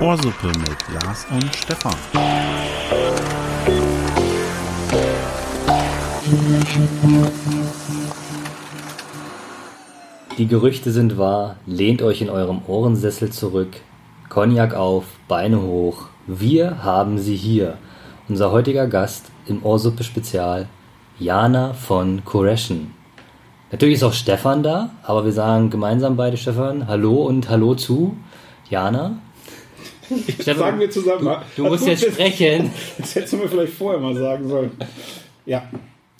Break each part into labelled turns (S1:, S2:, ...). S1: Ohrsuppe mit Lars und Stefan.
S2: Die Gerüchte sind wahr. Lehnt euch in eurem Ohrensessel zurück. Cognac auf, Beine hoch. Wir haben sie hier. Unser heutiger Gast im Ohrsuppe-Spezial, Jana von Koreschen. Natürlich ist auch Stefan da, aber wir sagen gemeinsam beide Stefan Hallo und Hallo zu Jana. Stefan,
S3: sagen wir zusammen.
S2: Du
S3: Ach,
S2: musst
S3: gut,
S2: jetzt sprechen.
S3: Das hättest du mir vielleicht vorher mal sagen sollen. Ja.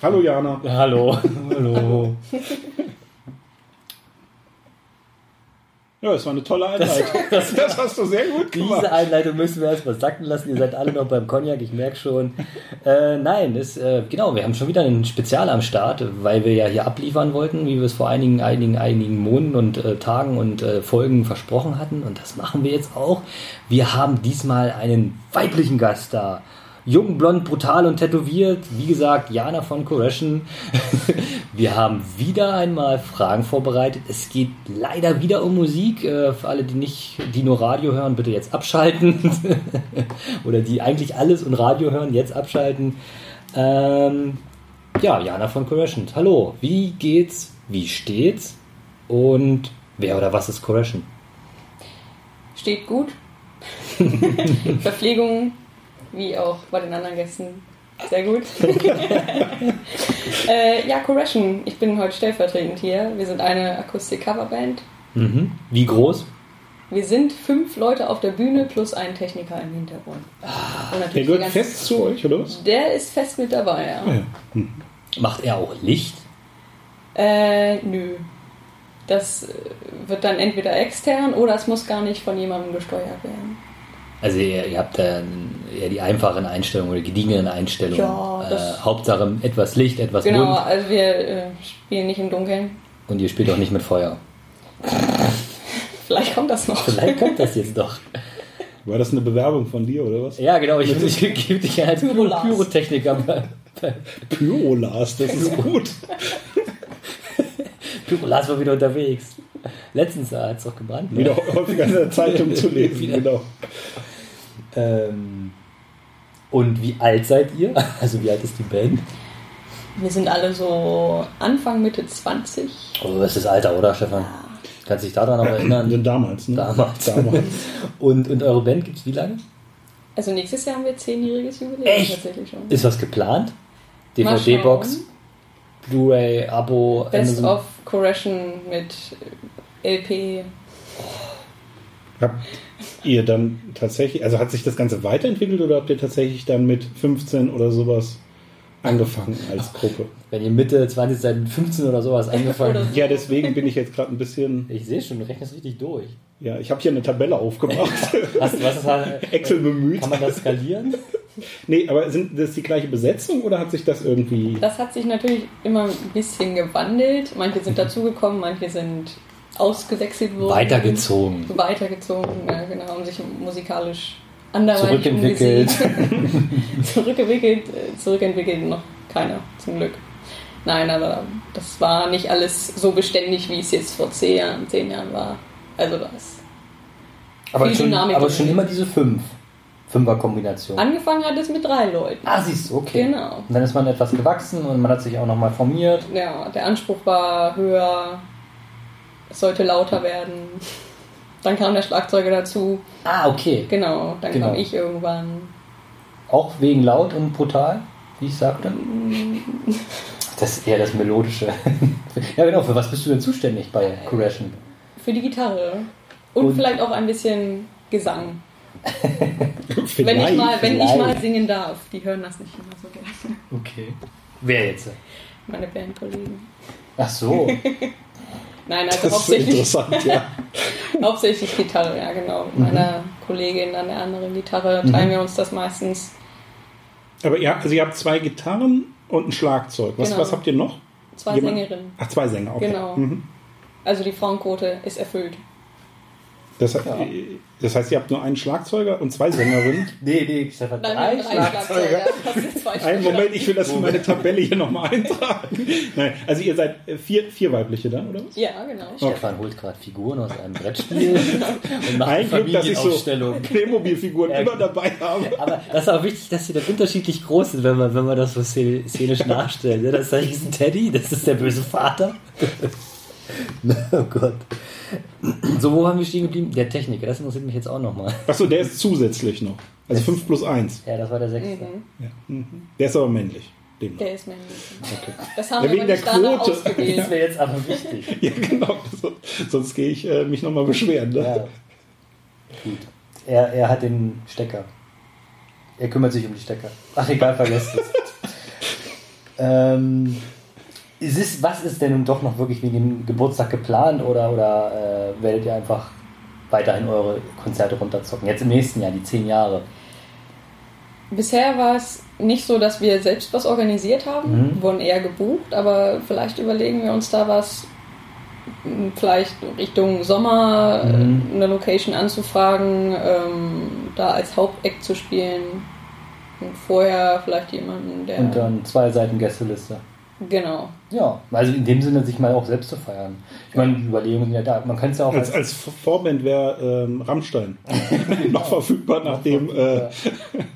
S3: Hallo Jana.
S2: Hallo. Hallo.
S3: Ja, das war eine tolle Einheit. Das, hast du sehr gut gemacht.
S2: Diese Einleitung müssen wir erstmal sacken lassen. Ihr seid alle noch beim Cognac, ich merke schon. Äh, nein, ist, äh, genau, wir haben schon wieder ein Spezial am Start, weil wir ja hier abliefern wollten, wie wir es vor einigen, einigen, einigen Monaten und äh, Tagen und äh, Folgen versprochen hatten. Und das machen wir jetzt auch. Wir haben diesmal einen weiblichen Gast da. Jung, blond, brutal und tätowiert. Wie gesagt, Jana von Koreschen. Wir haben wieder einmal Fragen vorbereitet. Es geht leider wieder um Musik. Äh, Für alle, die nicht, die nur Radio hören, bitte jetzt abschalten. Oder die eigentlich alles und Radio hören, jetzt abschalten. Ähm, ja, Jana von Koreschen. Hallo, wie geht's? Wie steht's? Und wer oder was ist Koreschen?
S4: steht gut. Verpflegung, wie auch bei den anderen Gästen, sehr gut. äh, ja, Correction, ich bin heute stellvertretend hier. Wir sind eine Akustik-Coverband.
S2: Mhm. Wie groß?
S4: Wir sind fünf Leute auf der Bühne plus einen Techniker im Hintergrund. Und natürlich
S3: Ah, Der
S4: die
S3: gehört
S4: ganzen-
S3: fest Oh zu euch, oder was?
S4: Der ist fest mit dabei, ja.
S2: Macht er auch Licht?
S4: Äh, nö. Das äh, wird dann entweder extern oder es muss gar nicht von jemandem gesteuert werden.
S2: Also ihr, ihr habt da eher die einfachen Einstellungen oder gediegenen Einstellungen.
S4: Ja, das-
S2: äh, Hauptsache etwas Licht, etwas
S4: Genau,
S2: bunt
S4: also wir äh, spielen nicht im Dunkeln.
S2: und ihr spielt auch nicht mit Feuer.
S4: Vielleicht kommt das noch.
S2: Vielleicht kommt das jetzt doch.
S3: War das eine Bewerbung von dir, oder was?
S2: Ja, genau, ich, ich, ich gebe dich ja als Pyro Pyrotechniker bei. bei-
S3: Pyro Lars, das ist gut.
S2: Pyro Lars war wieder unterwegs. Letztens hat es doch gebrannt. Ne?
S3: Wieder häufiger in der Zeitung zu lesen,
S2: Wieder.
S3: genau.
S2: Ähm, und wie alt seid ihr? Also wie alt ist die Band?
S4: Wir sind alle so Anfang, Mitte 20.
S2: Oh, das ist Alter, oder Stefan? Kannst dich daran noch
S3: Denn
S2: erinnern?
S3: damals, ne?
S2: Damals.
S3: damals.
S2: Und, und eure Band gibt es wie lange?
S4: Also nächstes Jahr haben wir zehnjähriges Jubiläum
S2: Echt?
S4: tatsächlich schon.
S2: Ist was geplant?
S4: Mal
S2: DVD-Box,
S4: schauen.
S2: Blu-ray, Abo,
S4: Best
S2: Amazon.
S4: of Correction mit äh, LP.
S3: Habt ihr dann tatsächlich, also hat sich das Ganze weiterentwickelt oder habt ihr tatsächlich dann mit 15 oder sowas angefangen als Gruppe?
S2: Wenn ihr Mitte 20 seid, mit 15 oder sowas
S4: Oder
S2: angefangen.
S4: so.
S3: Ja, deswegen bin ich jetzt gerade ein bisschen.
S2: ich sehe schon, du rechnest richtig durch.
S3: Ja, ich habe hier eine Tabelle aufgemacht.
S2: Hast du was? Ist halt,
S3: Excel bemüht.
S2: kann man das skalieren?
S3: Nee, aber sind das die gleiche Besetzung oder hat sich das irgendwie.
S4: Das hat sich natürlich immer ein bisschen gewandelt. Manche sind dazugekommen, manche sind ausgewechselt worden.
S2: Weitergezogen.
S4: Weitergezogen, ja, genau, um sich musikalisch anderweitig
S2: Zurückentwickelt.
S4: umgesehen. Zurückentwickelt, äh, zurückentwickelt noch keiner, zum Glück. Nein, aber das war nicht alles so beständig, wie es jetzt vor zehn Jahren, zehn Jahren war. Also das.
S2: Aber
S4: Viel
S2: schon,
S4: Dynamik
S2: aber
S4: drin.
S2: schon immer diese 5. Fünfer-Kombination.
S4: Angefangen hat es mit drei Leuten.
S2: Ah, siehst du, okay.
S4: Genau.
S2: Und dann ist man etwas gewachsen und man hat sich auch nochmal formiert.
S4: Ja, der Anspruch war höher, es sollte lauter werden. Dann kam der Schlagzeuger dazu.
S2: Ah, okay.
S4: Genau, dann
S2: Genau.
S4: kam ich irgendwann.
S2: Auch wegen laut und brutal, wie ich sagte. Das ist eher das Melodische. ja, genau. Für was bist du denn zuständig bei Correction?
S4: Für die Gitarre. Und,
S2: Und-
S4: vielleicht auch ein bisschen Gesang. Wenn
S3: Vielleicht.
S4: ich, mal, wenn ich
S2: vielleicht.
S4: mal singen darf. Die hören das nicht immer so gerne.
S2: Okay. Wer jetzt?
S4: Meine Bandkollegen.
S2: Ach so.
S4: Nein, also
S3: Das ist
S4: hauptsächlich,
S3: interessant, Mhm. ja.
S4: hauptsächlich Gitarre, ja genau. Mit meiner Kollegin an der anderen Gitarre teilen
S3: Mhm.
S4: wir uns das meistens.
S3: Aber ihr, habt- also ihr habt zwei Gitarren und ein Schlagzeug. Was,
S4: Genau.
S3: was habt ihr noch?
S4: Zwei
S3: Jemand-
S4: Sängerinnen.
S3: Mhm. Ach, zwei Sänger, okay.
S4: Genau.
S3: Mhm.
S4: Also die Frauenquote ist erfüllt.
S3: Das, das heißt, ihr habt nur einen Schlagzeuger und zwei Sängerinnen.
S2: Nee, nee, Stefan,
S4: Nein,
S2: drei
S4: wir haben drei
S2: Schlagzeuger.
S4: Schlagzeuger. Das sind zwei
S3: Einen
S4: Schlagzeuger.
S3: Moment, ich will das in meine Tabelle hier nochmal eintragen. Nein, also ihr seid äh, vier, vier weibliche dann, oder? was?
S4: Ja, genau.
S2: Stefan holt gerade Figuren aus einem Brettspiel und macht eine
S3: Ein Glück, dass ich so
S2: Familienaufstellung.
S3: Playmobil-Figuren
S2: Ja,
S3: immer
S2: genau.
S3: dabei habe.
S2: Aber das ist auch wichtig, dass sie dann unterschiedlich groß sind, wenn man, wenn man das so szene- szenisch nachstellt. ne? Das ist ein riesen Teddy, das ist der böse Vater. oh Gott. So, wo haben wir stehen geblieben? Der Techniker, das interessiert mich jetzt auch nochmal.
S3: Achso, der ist zusätzlich noch. Also 5 plus 1.
S2: Ja, das war der sechste.
S3: Der ist aber männlich. Demnach.
S4: Der ist mein Lieblings.
S3: Okay.
S4: Das haben
S3: Ja,
S4: wir
S3: wegen
S4: aber nicht
S3: der
S4: danach
S3: Quote.
S2: Das ist
S4: ausgewählt.
S2: mir jetzt aber wichtig.
S3: Ja, genau. So, sonst gehe ich äh, mich nochmal beschweren. Ne?
S2: Ja. Gut. Er, er hat den Stecker. Er kümmert sich um die Stecker. Ach, egal, vergesst es. ähm, es ist, was ist denn nun doch noch wirklich wegen dem Geburtstag geplant oder, oder äh, werdet ihr einfach weiterhin eure Konzerte runterzocken? Jetzt im nächsten Jahr, die zehn Jahre.
S4: Bisher war es nicht so, dass wir selbst was organisiert haben,
S2: Mhm.
S4: wurden eher gebucht, aber vielleicht überlegen wir uns da was, m, vielleicht Richtung Sommer
S2: Mhm.
S4: äh, eine Location anzufragen, ähm, da als Haupteck zu spielen und vorher vielleicht jemanden, der.
S2: Und dann zwei Seiten Gästeliste.
S4: Genau.
S2: Ja, also in dem Sinne, sich mal auch selbst zu feiern. Ich meine, die Überlegungen sind ja da. Man könnte es ja auch
S3: Als,
S2: als,
S3: als Vorband wäre ähm, Rammstein noch verfügbar, nachdem, äh,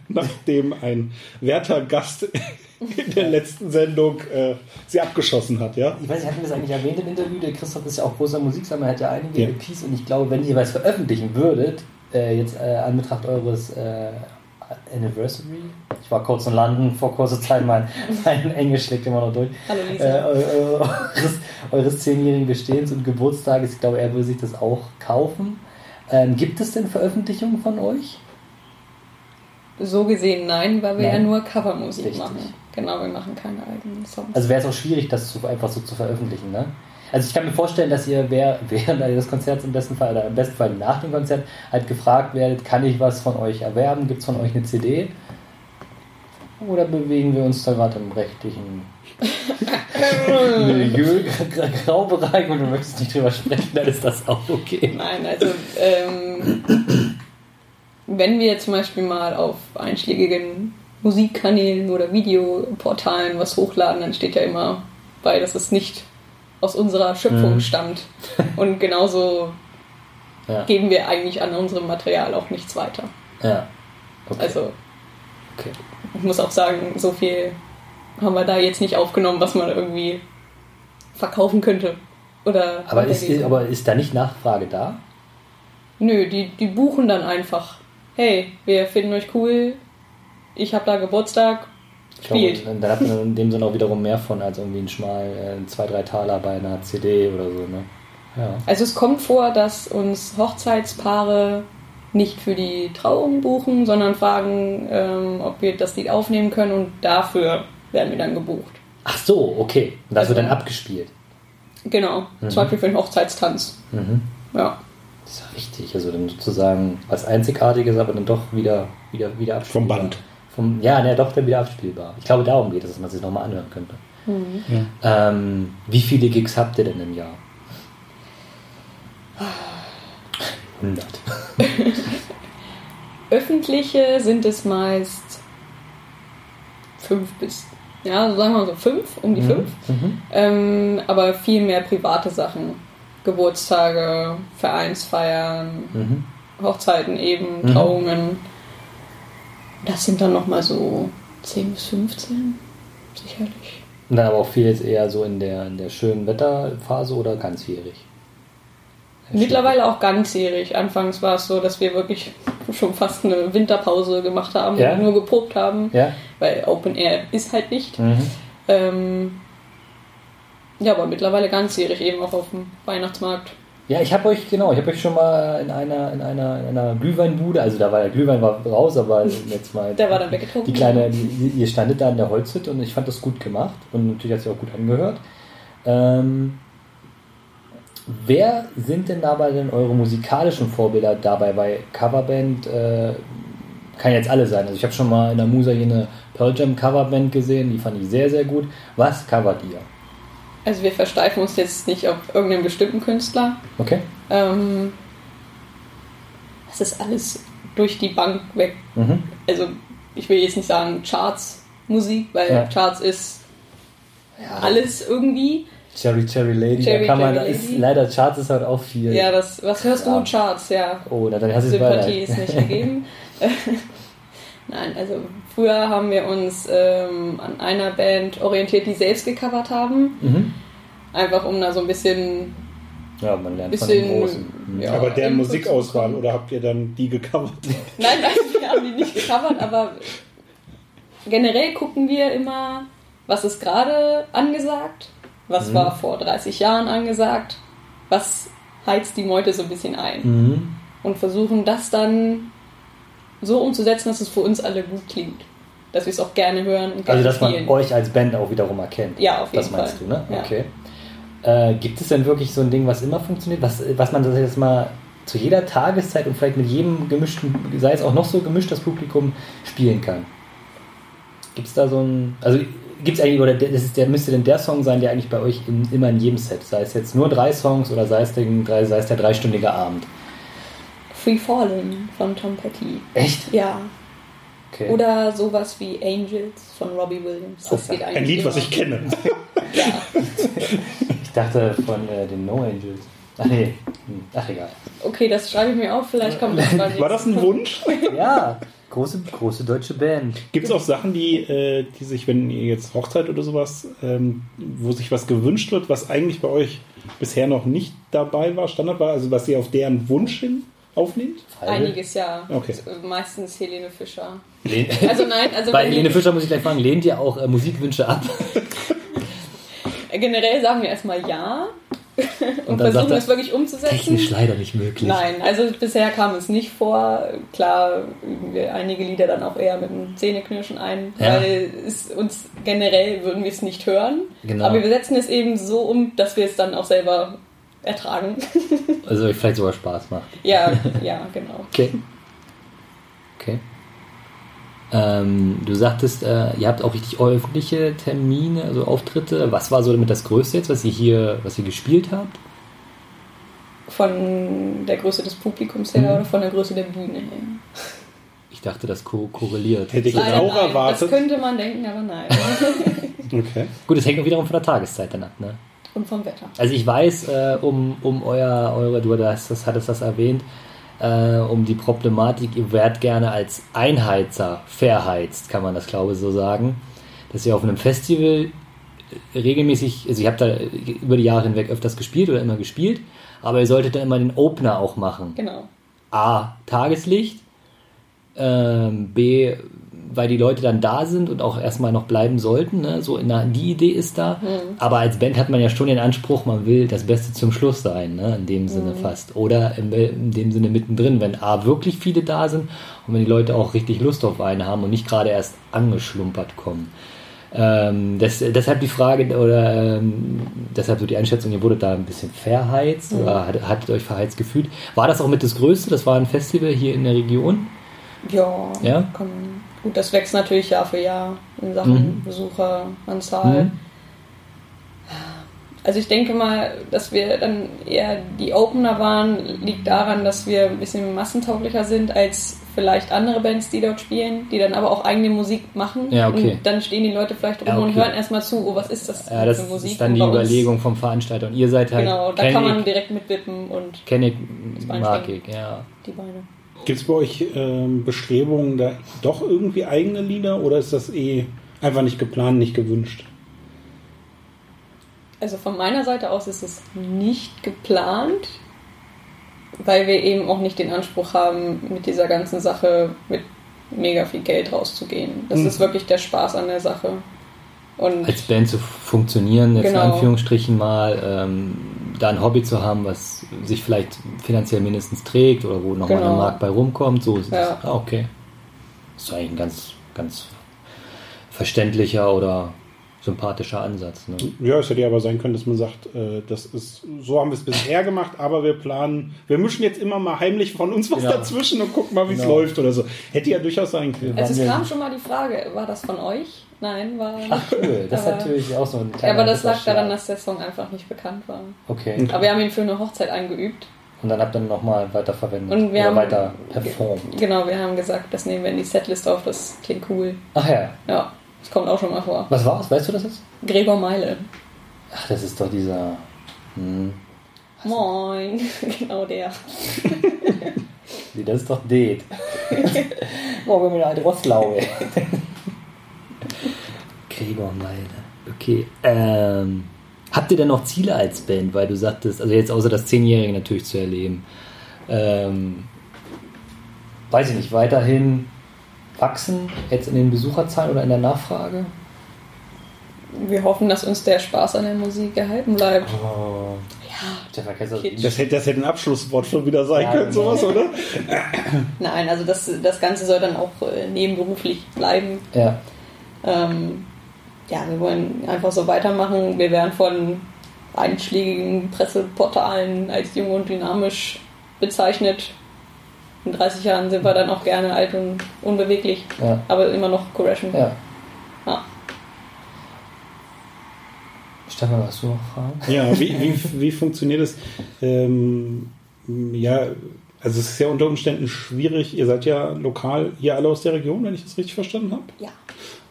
S3: nachdem ein werter Gast in der letzten Sendung äh, sie abgeschossen hat. Ja?
S2: Ich weiß nicht, hatten wir das eigentlich erwähnt im Interview? Der Christoph ist ja auch großer Musiksammler, hat ja einige
S3: Ja.
S2: EPs und ich glaube, wenn ihr was veröffentlichen würdet, äh, jetzt äh, an Betracht eures äh, Anniversary, ich war kurz in London vor kurzer Zeit, mein, mein Englisch schlägt immer noch durch,
S4: Hallo
S2: äh,
S4: Lisa.
S2: eu- eu- eures, eures zehnjährigen Bestehens und Geburtstages, ich glaube, er will sich das auch kaufen. Ähm, gibt es denn Veröffentlichungen von euch?
S4: So gesehen nein, weil wir
S2: Nein.
S4: ja nur Covermusik
S2: Richtig.
S4: machen. Genau, wir machen keine eigenen Songs.
S2: Also wäre es auch schwierig, das zu, einfach so zu veröffentlichen, ne? Also ich kann mir vorstellen, dass ihr wer- während des Konzerts im besten Fall oder im besten Fall nach dem Konzert halt gefragt werdet, kann ich was von euch erwerben? Gibt es von euch eine CD? Oder bewegen wir uns da gerade im rechtlichen Also, Milieu, Graubereich und du möchtest nicht drüber sprechen, dann ist das auch okay.
S4: Nein, also ähm, wenn wir zum Beispiel mal auf einschlägigen Musikkanälen oder Videoportalen was hochladen, dann steht ja immer bei, dass es nicht aus unserer Schöpfung
S2: Mhm.
S4: stammt. Und genauso
S2: Ja.
S4: geben wir eigentlich an unserem Material auch nichts weiter.
S2: Ja. Okay.
S4: Also
S2: okay.
S4: ich muss auch sagen, so viel haben wir da jetzt nicht aufgenommen, was man irgendwie verkaufen könnte. Oder
S2: Aber, ist,
S4: weitergeben.
S2: aber ist da nicht Nachfrage da?
S4: Nö, die, die buchen dann einfach. Hey, wir finden euch cool. Ich hab da Geburtstag.
S2: Ich glaube,
S4: Spielt.
S2: dann hat man in dem Sinne auch wiederum mehr von als irgendwie ein schmal äh, zwei, drei Taler bei einer CD oder so, ne? Ja.
S4: Also es kommt vor, dass uns Hochzeitspaare nicht für die Trauung buchen, sondern fragen, ähm, ob wir das Lied aufnehmen können und dafür werden wir dann gebucht.
S2: Ach so, okay. Und das wird dann
S4: Also-
S2: abgespielt.
S4: Genau, zum Beispiel für den Hochzeitstanz.
S2: Mhm.
S4: Ja.
S2: Das ist ja richtig. Also dann sozusagen was Einzigartiges, aber dann doch wieder, wieder, wieder abspielbar.
S3: Band.
S2: Vom, ja, ne, doch dann wieder abspielbar. Ich glaube, darum geht es, dass man sich nochmal anhören könnte. Ähm, wie viele Gigs habt ihr denn im Jahr? 100.
S4: Öffentliche sind es meist fünf bis, ja, also sagen wir mal so fünf, um die fünf.
S2: Mhm.
S4: Ähm, aber viel mehr private Sachen. Geburtstage, Vereinsfeiern,
S2: Mhm.
S4: Hochzeiten eben,
S2: Mhm.
S4: Trauungen. Das sind dann nochmal so 10 bis 15, sicherlich.
S2: Und dann aber auch viel jetzt eher so in der, in der schönen Wetterphase oder ganzjährig?
S4: Mittlerweile auch ganzjährig. Anfangs war es so, dass wir wirklich schon fast eine Winterpause gemacht haben
S2: Ja?
S4: und nur geprobt haben,
S2: Ja?
S4: weil Open Air ist halt nicht.
S2: Mhm.
S4: Ähm, ja, aber mittlerweile ganzjährig eben auch auf dem Weihnachtsmarkt.
S2: Ja, ich habe euch, genau, ich habe euch schon mal in einer, in einer, in einer Glühweinbude, also da war der Glühwein war raus, aber jetzt mal.
S4: Der war dann weggetrunken.
S2: Die kleine, die, die- ihr standet da in der Holzhütte und ich fand das gut gemacht und natürlich hat sich auch gut angehört. Ähm, wer sind denn dabei denn eure musikalischen Vorbilder dabei? Bei Coverband äh, kann jetzt alle sein. Also ich habe schon mal in der Musa hier eine Pearl Jam Coverband gesehen, die fand ich sehr, sehr gut. Was covert ihr?
S4: Also wir versteifen uns jetzt nicht auf irgendeinen bestimmten Künstler.
S2: Okay?
S4: Ähm, das ist alles durch die Bank weg.
S2: Mhm.
S4: Also ich will jetzt nicht sagen Charts Musik, weil
S2: Ja.
S4: Charts ist
S2: Ja,
S4: alles irgendwie.
S2: Cherry Cherry Lady, da
S4: Cherry,
S2: kann man,
S4: Cherry
S2: da ist
S4: Lady.
S2: leider Charts ist halt auch viel.
S4: Ja, das was hörst du
S2: Ja.
S4: Charts, ja.
S2: Oh, na, dann hast du es
S4: Sympathie ist
S2: bei
S4: nicht gegeben. Nein, also früher haben wir uns ähm, an einer Band orientiert, die selbst gecovert haben.
S2: mhm.
S4: Einfach um da so ein bisschen.
S2: Ja, man lernt von
S4: Bisschen-
S2: den Großen. Mhm.
S4: ja.
S3: Aber deren
S4: Inputs
S3: Musikauswahl,
S4: bekommen.
S3: oder habt ihr dann die gecovert?
S4: Nein, nein, wir haben die nicht gecovert, aber generell gucken wir immer, was ist gerade angesagt,
S2: Mhm.
S4: was war vor 30 Jahren angesagt, was heizt die Meute so ein bisschen ein.
S2: Mhm.
S4: und versuchen das dann so umzusetzen, dass es für uns alle gut klingt. Dass wir es auch gerne hören und gerne
S2: Also, dass man
S4: spielen.
S2: euch als Band auch wiederum erkennt.
S4: Ja, auf jeden
S2: Das meinst
S4: Fall.
S2: du, ne?
S4: Ja.
S2: Okay. Äh, gibt es denn wirklich so ein Ding, was immer funktioniert, was, was man das jetzt mal zu jeder Tageszeit und vielleicht mit jedem gemischten, sei es auch noch so gemischt, das Publikum spielen kann? Gibt es da so ein, also gibt es eigentlich, oder der- das ist, der müsste denn der Song sein, der eigentlich bei euch in, immer in jedem Set, sei es jetzt nur drei Songs oder sei es, den, drei, sei es der dreistündige Abend?
S4: Free Fallen von Tom Petty.
S2: Echt?
S4: Ja.
S2: Okay.
S4: Oder sowas wie Angels von Robbie Williams. Das geht eigentlich
S3: Ein Lied,
S4: immer.
S3: was ich kenne.
S2: ich dachte von äh, den No Angels. Ach nee, Hm, ach egal.
S4: Okay, das schreibe ich mir auf, vielleicht kommt das mal
S3: War das ein Wunsch?
S2: Ja, große, große deutsche Band.
S3: Gibt es auch Sachen, die, äh, die sich, wenn ihr jetzt Hochzeit oder sowas, ähm, wo sich was gewünscht wird, was eigentlich bei euch bisher noch nicht dabei war, Standard war, also was ihr auf deren Wunsch hin aufnehmt?
S4: Einiges Jahr.
S3: Okay.
S4: Meistens Helene Fischer.
S2: Lehn-
S4: Also nein, also
S2: Bei
S4: wenn-
S2: Helene Fischer muss ich gleich fragen, lehnt ihr auch äh, Musikwünsche ab?
S4: äh, generell sagen wir erstmal ja und,
S2: Und dann sagt
S4: versuchen
S2: er,
S4: es wirklich umzusetzen.
S2: Technisch leider nicht möglich.
S4: Nein, also bisher kam es nicht vor. Klar üben wir einige Lieder dann auch eher mit dem Zähneknirschen ein,
S2: Ja.
S4: weil es uns generell würden wir es nicht hören.
S2: Genau.
S4: Aber wir setzen es eben so um, dass wir es dann auch selber ertragen.
S2: Also euch vielleicht sogar Spaß macht.
S4: ja, ja, genau.
S2: Okay. Okay. Ähm, du sagtest, äh, ihr habt auch richtig öffentliche Termine, also Auftritte. Was war so damit das Größte jetzt, was ihr hier, was ihr gespielt habt?
S4: Von der Größe des Publikums her oder von der Größe der Bühne her.
S2: Ich dachte, das ko korreliert.
S3: Hätte ich-
S4: Leider
S3: auch
S4: nein. Das
S3: erwartet.
S4: könnte man denken, aber nein.
S3: Okay.
S2: Gut, es hängt auch wiederum von der Tageszeit dann ab, ne?
S4: Und vom Wetter.
S2: Also ich weiß, äh, um, um euer, eure, du hast das, hattest das erwähnt, äh, um die Problematik, ihr werdet gerne als Einheizer verheizt, kann man das glaube ich so sagen. Dass ihr auf einem Festival regelmäßig, also ihr habt da über die Jahre hinweg öfters gespielt oder immer gespielt, aber ihr solltet dann immer den Opener auch machen.
S4: Genau.
S2: A, Tageslicht, ähm, B, weil die Leute dann da sind und auch erstmal noch bleiben sollten. Ne? So in der, die Idee ist da. Aber als Band hat man ja schon den Anspruch, man will das Beste zum Schluss sein, ne? in dem Sinne fast. Oder in, in dem Sinne mittendrin, wenn A, wirklich viele da sind und wenn die Leute auch richtig Lust auf einen haben und nicht gerade erst angeschlumpert kommen. Ähm, das, deshalb die Frage, oder ähm, deshalb so die Einschätzung, ihr wurdet da ein bisschen verheizt oder hat- hattet euch verheizt gefühlt. War das auch mit das Größte? Das war ein Festival hier in der Region.
S4: Ja,
S2: Ja?
S4: Kann, gut, das wächst natürlich Jahr für Jahr in Sachen
S2: Mhm.
S4: Besucheranzahl.
S2: Mhm.
S4: Also ich denke mal, dass wir dann eher die Opener waren, liegt daran, dass wir ein bisschen massentauglicher sind als vielleicht andere Bands, die dort spielen, die dann aber auch eigene Musik machen.
S2: Ja, okay.
S4: Und dann stehen die Leute vielleicht rum
S2: Ja,
S4: und
S2: okay.
S4: hören erstmal zu, oh, was ist das
S2: Ja, Äh, das
S4: für Musik?
S2: ist dann die
S4: Und bei uns-
S2: Überlegung vom Veranstalter. Und ihr seid halt.
S4: Genau, da
S2: kenn
S4: kann man
S2: ich,
S4: direkt mitwippen und
S2: kenn ich,
S4: war
S2: mag
S4: anstrengend.
S2: ich, ja.
S4: die Beine.
S3: Gibt es bei euch ähm, Bestrebungen, da doch irgendwie eigene Lieder oder ist das eh einfach nicht geplant, nicht gewünscht?
S4: Also von meiner Seite aus ist es nicht geplant, weil wir eben auch nicht den Anspruch haben, mit dieser ganzen Sache mit mega viel Geld rauszugehen. Das
S3: Mhm.
S4: ist wirklich der Spaß an der Sache. Und
S2: Als Band zu funktionieren, jetzt in
S4: Genau.
S2: Anführungsstrichen mal, ähm, da ein Hobby zu haben, was sich vielleicht finanziell mindestens trägt oder wo nochmal
S4: Genau.
S2: ein Markt bei rumkommt. So ist
S4: Ja.
S2: das. Ah, okay. Das ist eigentlich ein ganz, ganz verständlicher oder sympathischer Ansatz. Ne?
S3: Ja, es hätte ja aber sein können, dass man sagt, äh, das ist, so haben wir es bisher gemacht, aber wir planen, wir mischen jetzt immer mal heimlich von uns was
S2: Genau.
S3: dazwischen und gucken mal, wie es
S2: Genau.
S3: läuft oder so. Hätte ja durchaus sein können.
S4: also es
S2: waren wir-
S4: kam schon mal die Frage, war das von euch? Nein, war.
S2: Cool, das ist
S4: Aber-
S2: natürlich auch so ein
S4: Ja,
S2: kleiner
S4: aber das lag
S2: Ritterschlag.
S4: daran, dass der Song einfach nicht bekannt war.
S2: Okay.
S4: Aber wir haben ihn für eine Hochzeit eingeübt
S2: Und dann habt ihr nochmal weiterverwendet
S4: Und wir
S2: oder
S4: haben-
S2: weiter performt.
S4: Genau, wir haben gesagt, das nehmen wir in die Setlist auf, das klingt cool.
S2: Ach ja.
S4: Ja, das kommt auch schon mal vor.
S2: Was war's? Weißt du das jetzt?
S4: Gregor Meile.
S2: Ach, das ist doch dieser. Hm.
S4: Moin. genau der.
S2: Nee, das ist doch Det. Morgen haben wir halt eine alte Rostlaube. Gregor Meile. Okay. Ähm, habt ihr denn noch Ziele als Band? Weil du sagtest, also jetzt außer das Zehnjährige natürlich zu erleben. Ähm, weiß ich nicht, weiterhin wachsen jetzt in den Besucherzahlen oder in der Nachfrage?
S4: Wir hoffen, dass uns der Spaß an der Musik erhalten bleibt.
S2: Oh. Ja. Stefan Kessler.
S4: Kitsch.
S3: Das hätte, das hätte ein Abschlusswort schon wieder sein
S2: Ja,
S3: können,
S2: genau.
S3: sowas, oder?
S4: Nein, also das, das Ganze soll dann auch äh, nebenberuflich bleiben.
S2: Ja.
S4: Ähm, ja, wir wollen einfach so weitermachen. Wir werden von einschlägigen Presseportalen als jung und dynamisch bezeichnet. In 30 Jahren sind wir dann auch gerne alt und unbeweglich,
S2: Ja.
S4: aber immer noch Correction. Ah.
S2: ja.
S4: Ja.
S2: Stefan, hast du noch Fragen?
S3: Ja, wie, wie, wie funktioniert das? Ähm, ja, also es ist ja unter Umständen schwierig. Ihr seid ja lokal hier alle aus der Region, wenn ich das richtig verstanden habe.
S4: ja.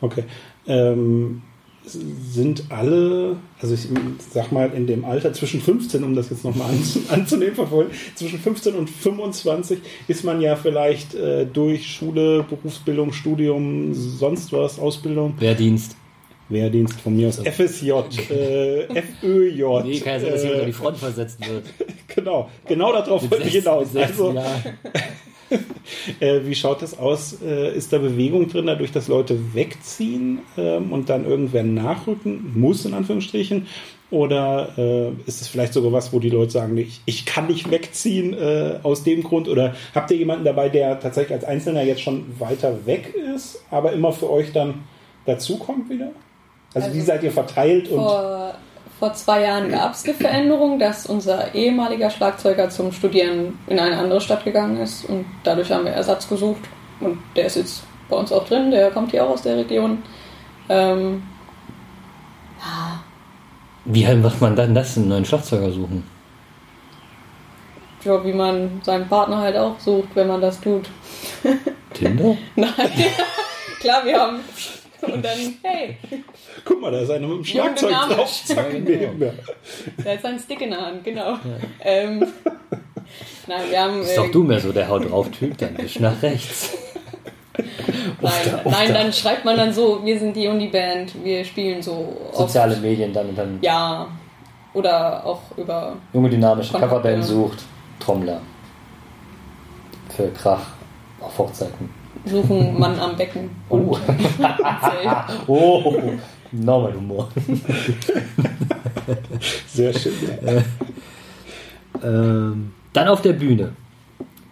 S3: Okay. Ähm, sind alle, also ich sag mal in dem Alter zwischen 15, um das jetzt nochmal an, anzunehmen, verfolgen, zwischen 15 und 25 ist man ja vielleicht äh, durch Schule, Berufsbildung, Studium, sonst was, Ausbildung,
S2: Wehrdienst. Also-
S3: Wehrdienst von mir aus, FSJ, äh, FÖJ.
S2: Nee, kann ja sein, dass jemand an die Front versetzt wird.
S3: Äh, Genau, genau darauf wollte ich hinaus. Also,
S2: ja.
S3: äh, wie schaut das aus? Äh, ist da Bewegung drin, dadurch, dass Leute wegziehen ähm, und dann irgendwer nachrücken muss, in Anführungsstrichen? Oder äh, ist es vielleicht sogar was, wo die Leute sagen, nee, ich, ich kann nicht wegziehen äh, aus dem Grund? Oder habt ihr jemanden dabei, der tatsächlich als Einzelner jetzt schon weiter weg ist, aber immer für euch dann dazukommt wieder? Also,
S4: Also-
S3: wie seid ihr verteilt? Und,
S4: Vor, vor zwei Jahren gab es die Veränderung, dass unser ehemaliger Schlagzeuger zum Studieren in eine andere Stadt gegangen ist und dadurch haben wir Ersatz gesucht und der ist jetzt bei uns auch drin, der kommt hier auch aus der Region. Ähm, ja,
S2: Wie macht man dann das, einen neuen Schlagzeuger suchen?
S4: ja, wie man seinen Partner halt auch sucht, wenn man das tut.
S2: Tinder?
S4: Nein, klar, wir haben. Und dann, hey,
S3: guck mal, da ist einer mit dem Schlagzeug
S4: dynamisch.
S3: drauf. Zack,
S2: Ja, genau.
S3: neben mir.
S4: da ist ein Stick in der Hand, genau. Ähm, nein, wir haben. äh,
S2: Ist doch du mehr so der Haut drauf Typ, dann wisch nach rechts.
S4: Nein, nein, dann schreibt man dann so, wir sind die und die Band, wir spielen so oft.
S2: Soziale Medien dann und dann
S4: Ja. Oder auch über.
S2: junge dynamische
S4: Kontakt,
S2: Coverband
S4: ja.
S2: sucht, Trommler. Für Krach auf Hochzeiten.
S4: Suchen Mann am Becken.
S2: Oh,
S4: Zelt.
S2: oh, normal Humor.
S3: Sehr schön. Ja.
S2: Ähm, dann auf der Bühne.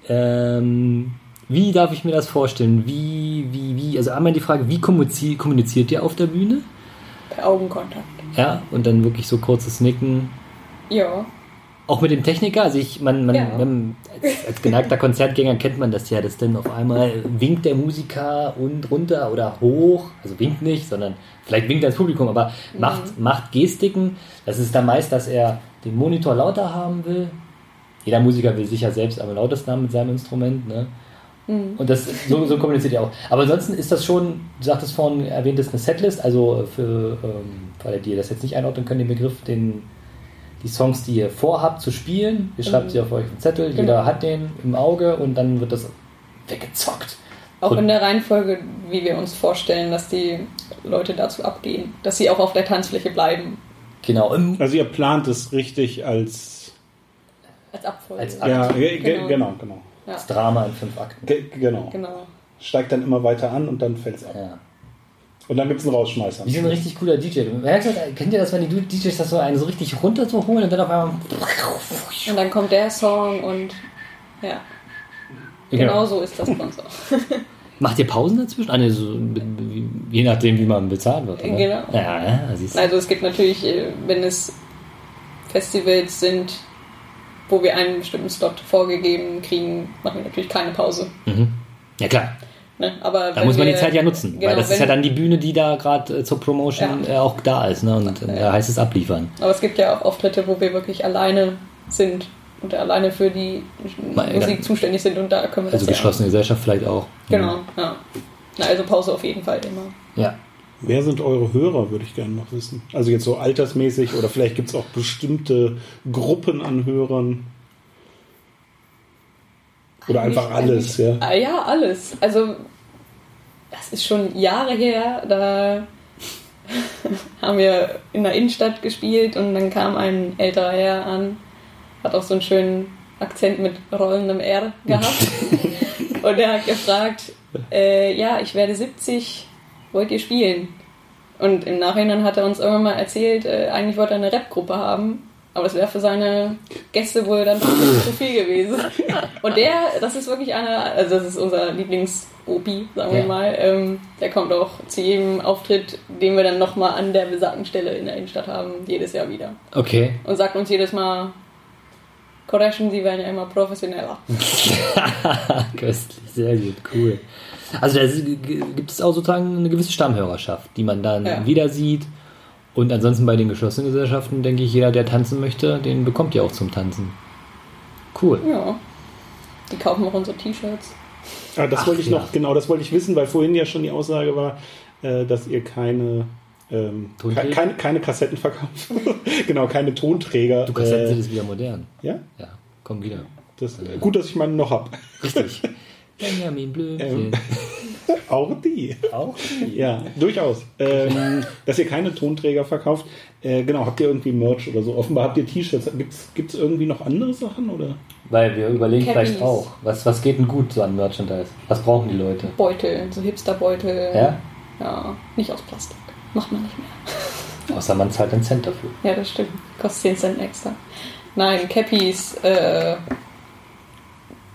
S2: Ähm, wie darf ich mir das vorstellen? Wie, wie, wie? Also einmal die Frage, wie kommuniziert, kommuniziert ihr auf der Bühne?
S4: Per Augenkontakt.
S2: Ja, und dann wirklich so kurzes Nicken.
S4: Ja.
S2: Auch mit dem Techniker, also ich, man, man,
S4: Ja.
S2: man als, als genagter Konzertgänger kennt man das ja, dass dann auf einmal winkt der Musiker und runter oder hoch, also winkt nicht, sondern vielleicht winkt er ins Publikum, aber macht, macht Gestiken. Das ist dann meist, dass er den Monitor lauter haben will. Jeder Musiker will sicher selbst am lautesten haben mit seinem Instrument, ne? Und das so, so kommuniziert ihr auch. Aber ansonsten ist das schon, du sagtest vorhin, erwähntest eine Setlist, also für, ähm, für alle, die das jetzt nicht einordnen können, den Begriff, den die Songs, die ihr vorhabt zu spielen. Ihr schreibt
S4: Mhm.
S2: sie auf euch einen Zettel,
S4: Genau.
S2: jeder hat den im Auge und dann wird das weggezockt.
S4: Auch
S2: Und-
S4: in der Reihenfolge, wie wir uns vorstellen, dass die Leute dazu abgehen. Dass sie auch auf der Tanzfläche bleiben.
S2: Genau, im,
S3: Also ihr plant es richtig als
S4: Als Abfolge.
S2: Als Ab-
S3: Ja, ge- ge-
S4: Genau.
S3: genau, genau.
S4: ja.
S2: das Drama in fünf Akten.
S3: Ge genau.
S4: Genau.
S3: Steigt dann immer weiter an und dann fällt es ab.
S2: Ja.
S3: Und dann gibt es einen Rausschmeißer.
S2: Die sind ein richtig cooler DJ. Du merkst, halt, kennt ihr das, wenn die DJs das so einen so richtig runter so holen und dann auf einmal.
S4: Und dann kommt der Song und. Ja. Genau so ist das bei uns auch.
S2: Macht ihr Pausen dazwischen? Ah, ne, so, wie- je nachdem, wie man bezahlt wird. Ne?
S4: Genau.
S2: Ja, ja, siehst du.
S4: Also es gibt natürlich, äh, wenn es Festivals sind, wo wir einen bestimmten Slot vorgegeben kriegen, machen wir natürlich keine Pause.
S2: Mhm. Ja, klar.
S4: Ne?
S2: Hm.
S4: Aber
S2: Da
S4: wenn
S2: muss man
S4: wir-
S2: die Zeit ja nutzen,
S4: Genau,
S2: weil das ist
S4: wenn-
S2: ja dann die Bühne, die da gerade äh, zur Promotion
S4: Ja.
S2: äh, auch da ist. Ne? Und äh, da heißt es abliefern.
S4: Aber es gibt ja auch Auftritte, wo wir wirklich alleine sind und alleine für die
S2: Nein,
S4: Musik
S2: dann-
S4: zuständig sind und da können wir
S2: Also
S4: das ja.
S2: geschlossene Gesellschaft vielleicht auch.
S4: Genau, ja. Na, also Pause auf jeden Fall immer.
S2: Ja.
S3: Wer sind eure Hörer, würde ich gerne noch wissen. Also jetzt so altersmäßig oder vielleicht gibt es auch bestimmte Gruppen an Hörern. Oder einfach alles, ja.
S4: Ah, ja, alles. Also, das ist schon Jahre her, da haben wir in der Innenstadt gespielt und dann kam ein älterer Herr an, hat auch so einen schönen Akzent mit rollendem R gehabt. und er hat gefragt, äh, ja, ich werde 70, wollt ihr spielen? Und im Nachhinein hat er uns irgendwann mal erzählt, äh, eigentlich wollte er eine Rap-Gruppe haben, aber es wäre für seine Gäste wohl dann zu viel gewesen. Und der, das ist wirklich einer, also das ist unser Lieblings-Opi, sagen
S2: Ja.
S4: wir mal. Ähm, der kommt auch zu jedem Auftritt, den wir dann nochmal an der besagten Stelle in der Innenstadt haben, jedes Jahr wieder.
S2: Okay.
S4: Und sagt uns jedes Mal, Koreschen, sie werden ja immer professioneller.
S2: Köstlich, sehr gut, cool. Also da ist- g- gibt es auch sozusagen eine gewisse Stammhörerschaft, die man dann
S4: Ja.
S2: wieder sieht. Und ansonsten bei den geschlossenen Gesellschaften denke ich, jeder, der tanzen möchte, den bekommt ihr auch zum Tanzen. Cool.
S4: Ja. Die kaufen auch unsere T-Shirts.
S3: Ah, das
S2: Ach,
S3: wollte ich
S2: ja.
S3: noch, genau, das wollte ich wissen, weil vorhin ja schon die Aussage war, äh, dass ihr keine, ähm,
S2: Tonträger?
S3: ke- keine, keine Kassetten verkauft. genau, keine Tonträger.
S2: Du Kassetten sind
S3: äh,
S2: es wieder modern.
S3: ja,
S2: Ja, komm wieder.
S3: das, gut, dass ich meinen noch habe.
S2: Richtig. Ähm. Benjamin Blümchen.
S3: Auch die.
S2: Auch?
S3: Ja, durchaus. Ähm, dass ihr keine Tonträger verkauft. Äh, genau, habt ihr irgendwie Merch oder so? Offenbar habt ihr T-Shirts. Gibt es irgendwie noch andere Sachen? Oder?
S2: Weil wir überlegen
S4: Cappies.
S2: vielleicht auch, was, was geht denn gut so an Merchandise? Was brauchen die Leute?
S4: Beutel, so Hipsterbeutel.
S2: Ja?
S4: Ja, nicht aus Plastik. Macht man nicht mehr.
S2: Außer man zahlt einen Cent dafür.
S4: Ja, das stimmt. Kostet 10 Cent extra. Nein, Cappies, äh,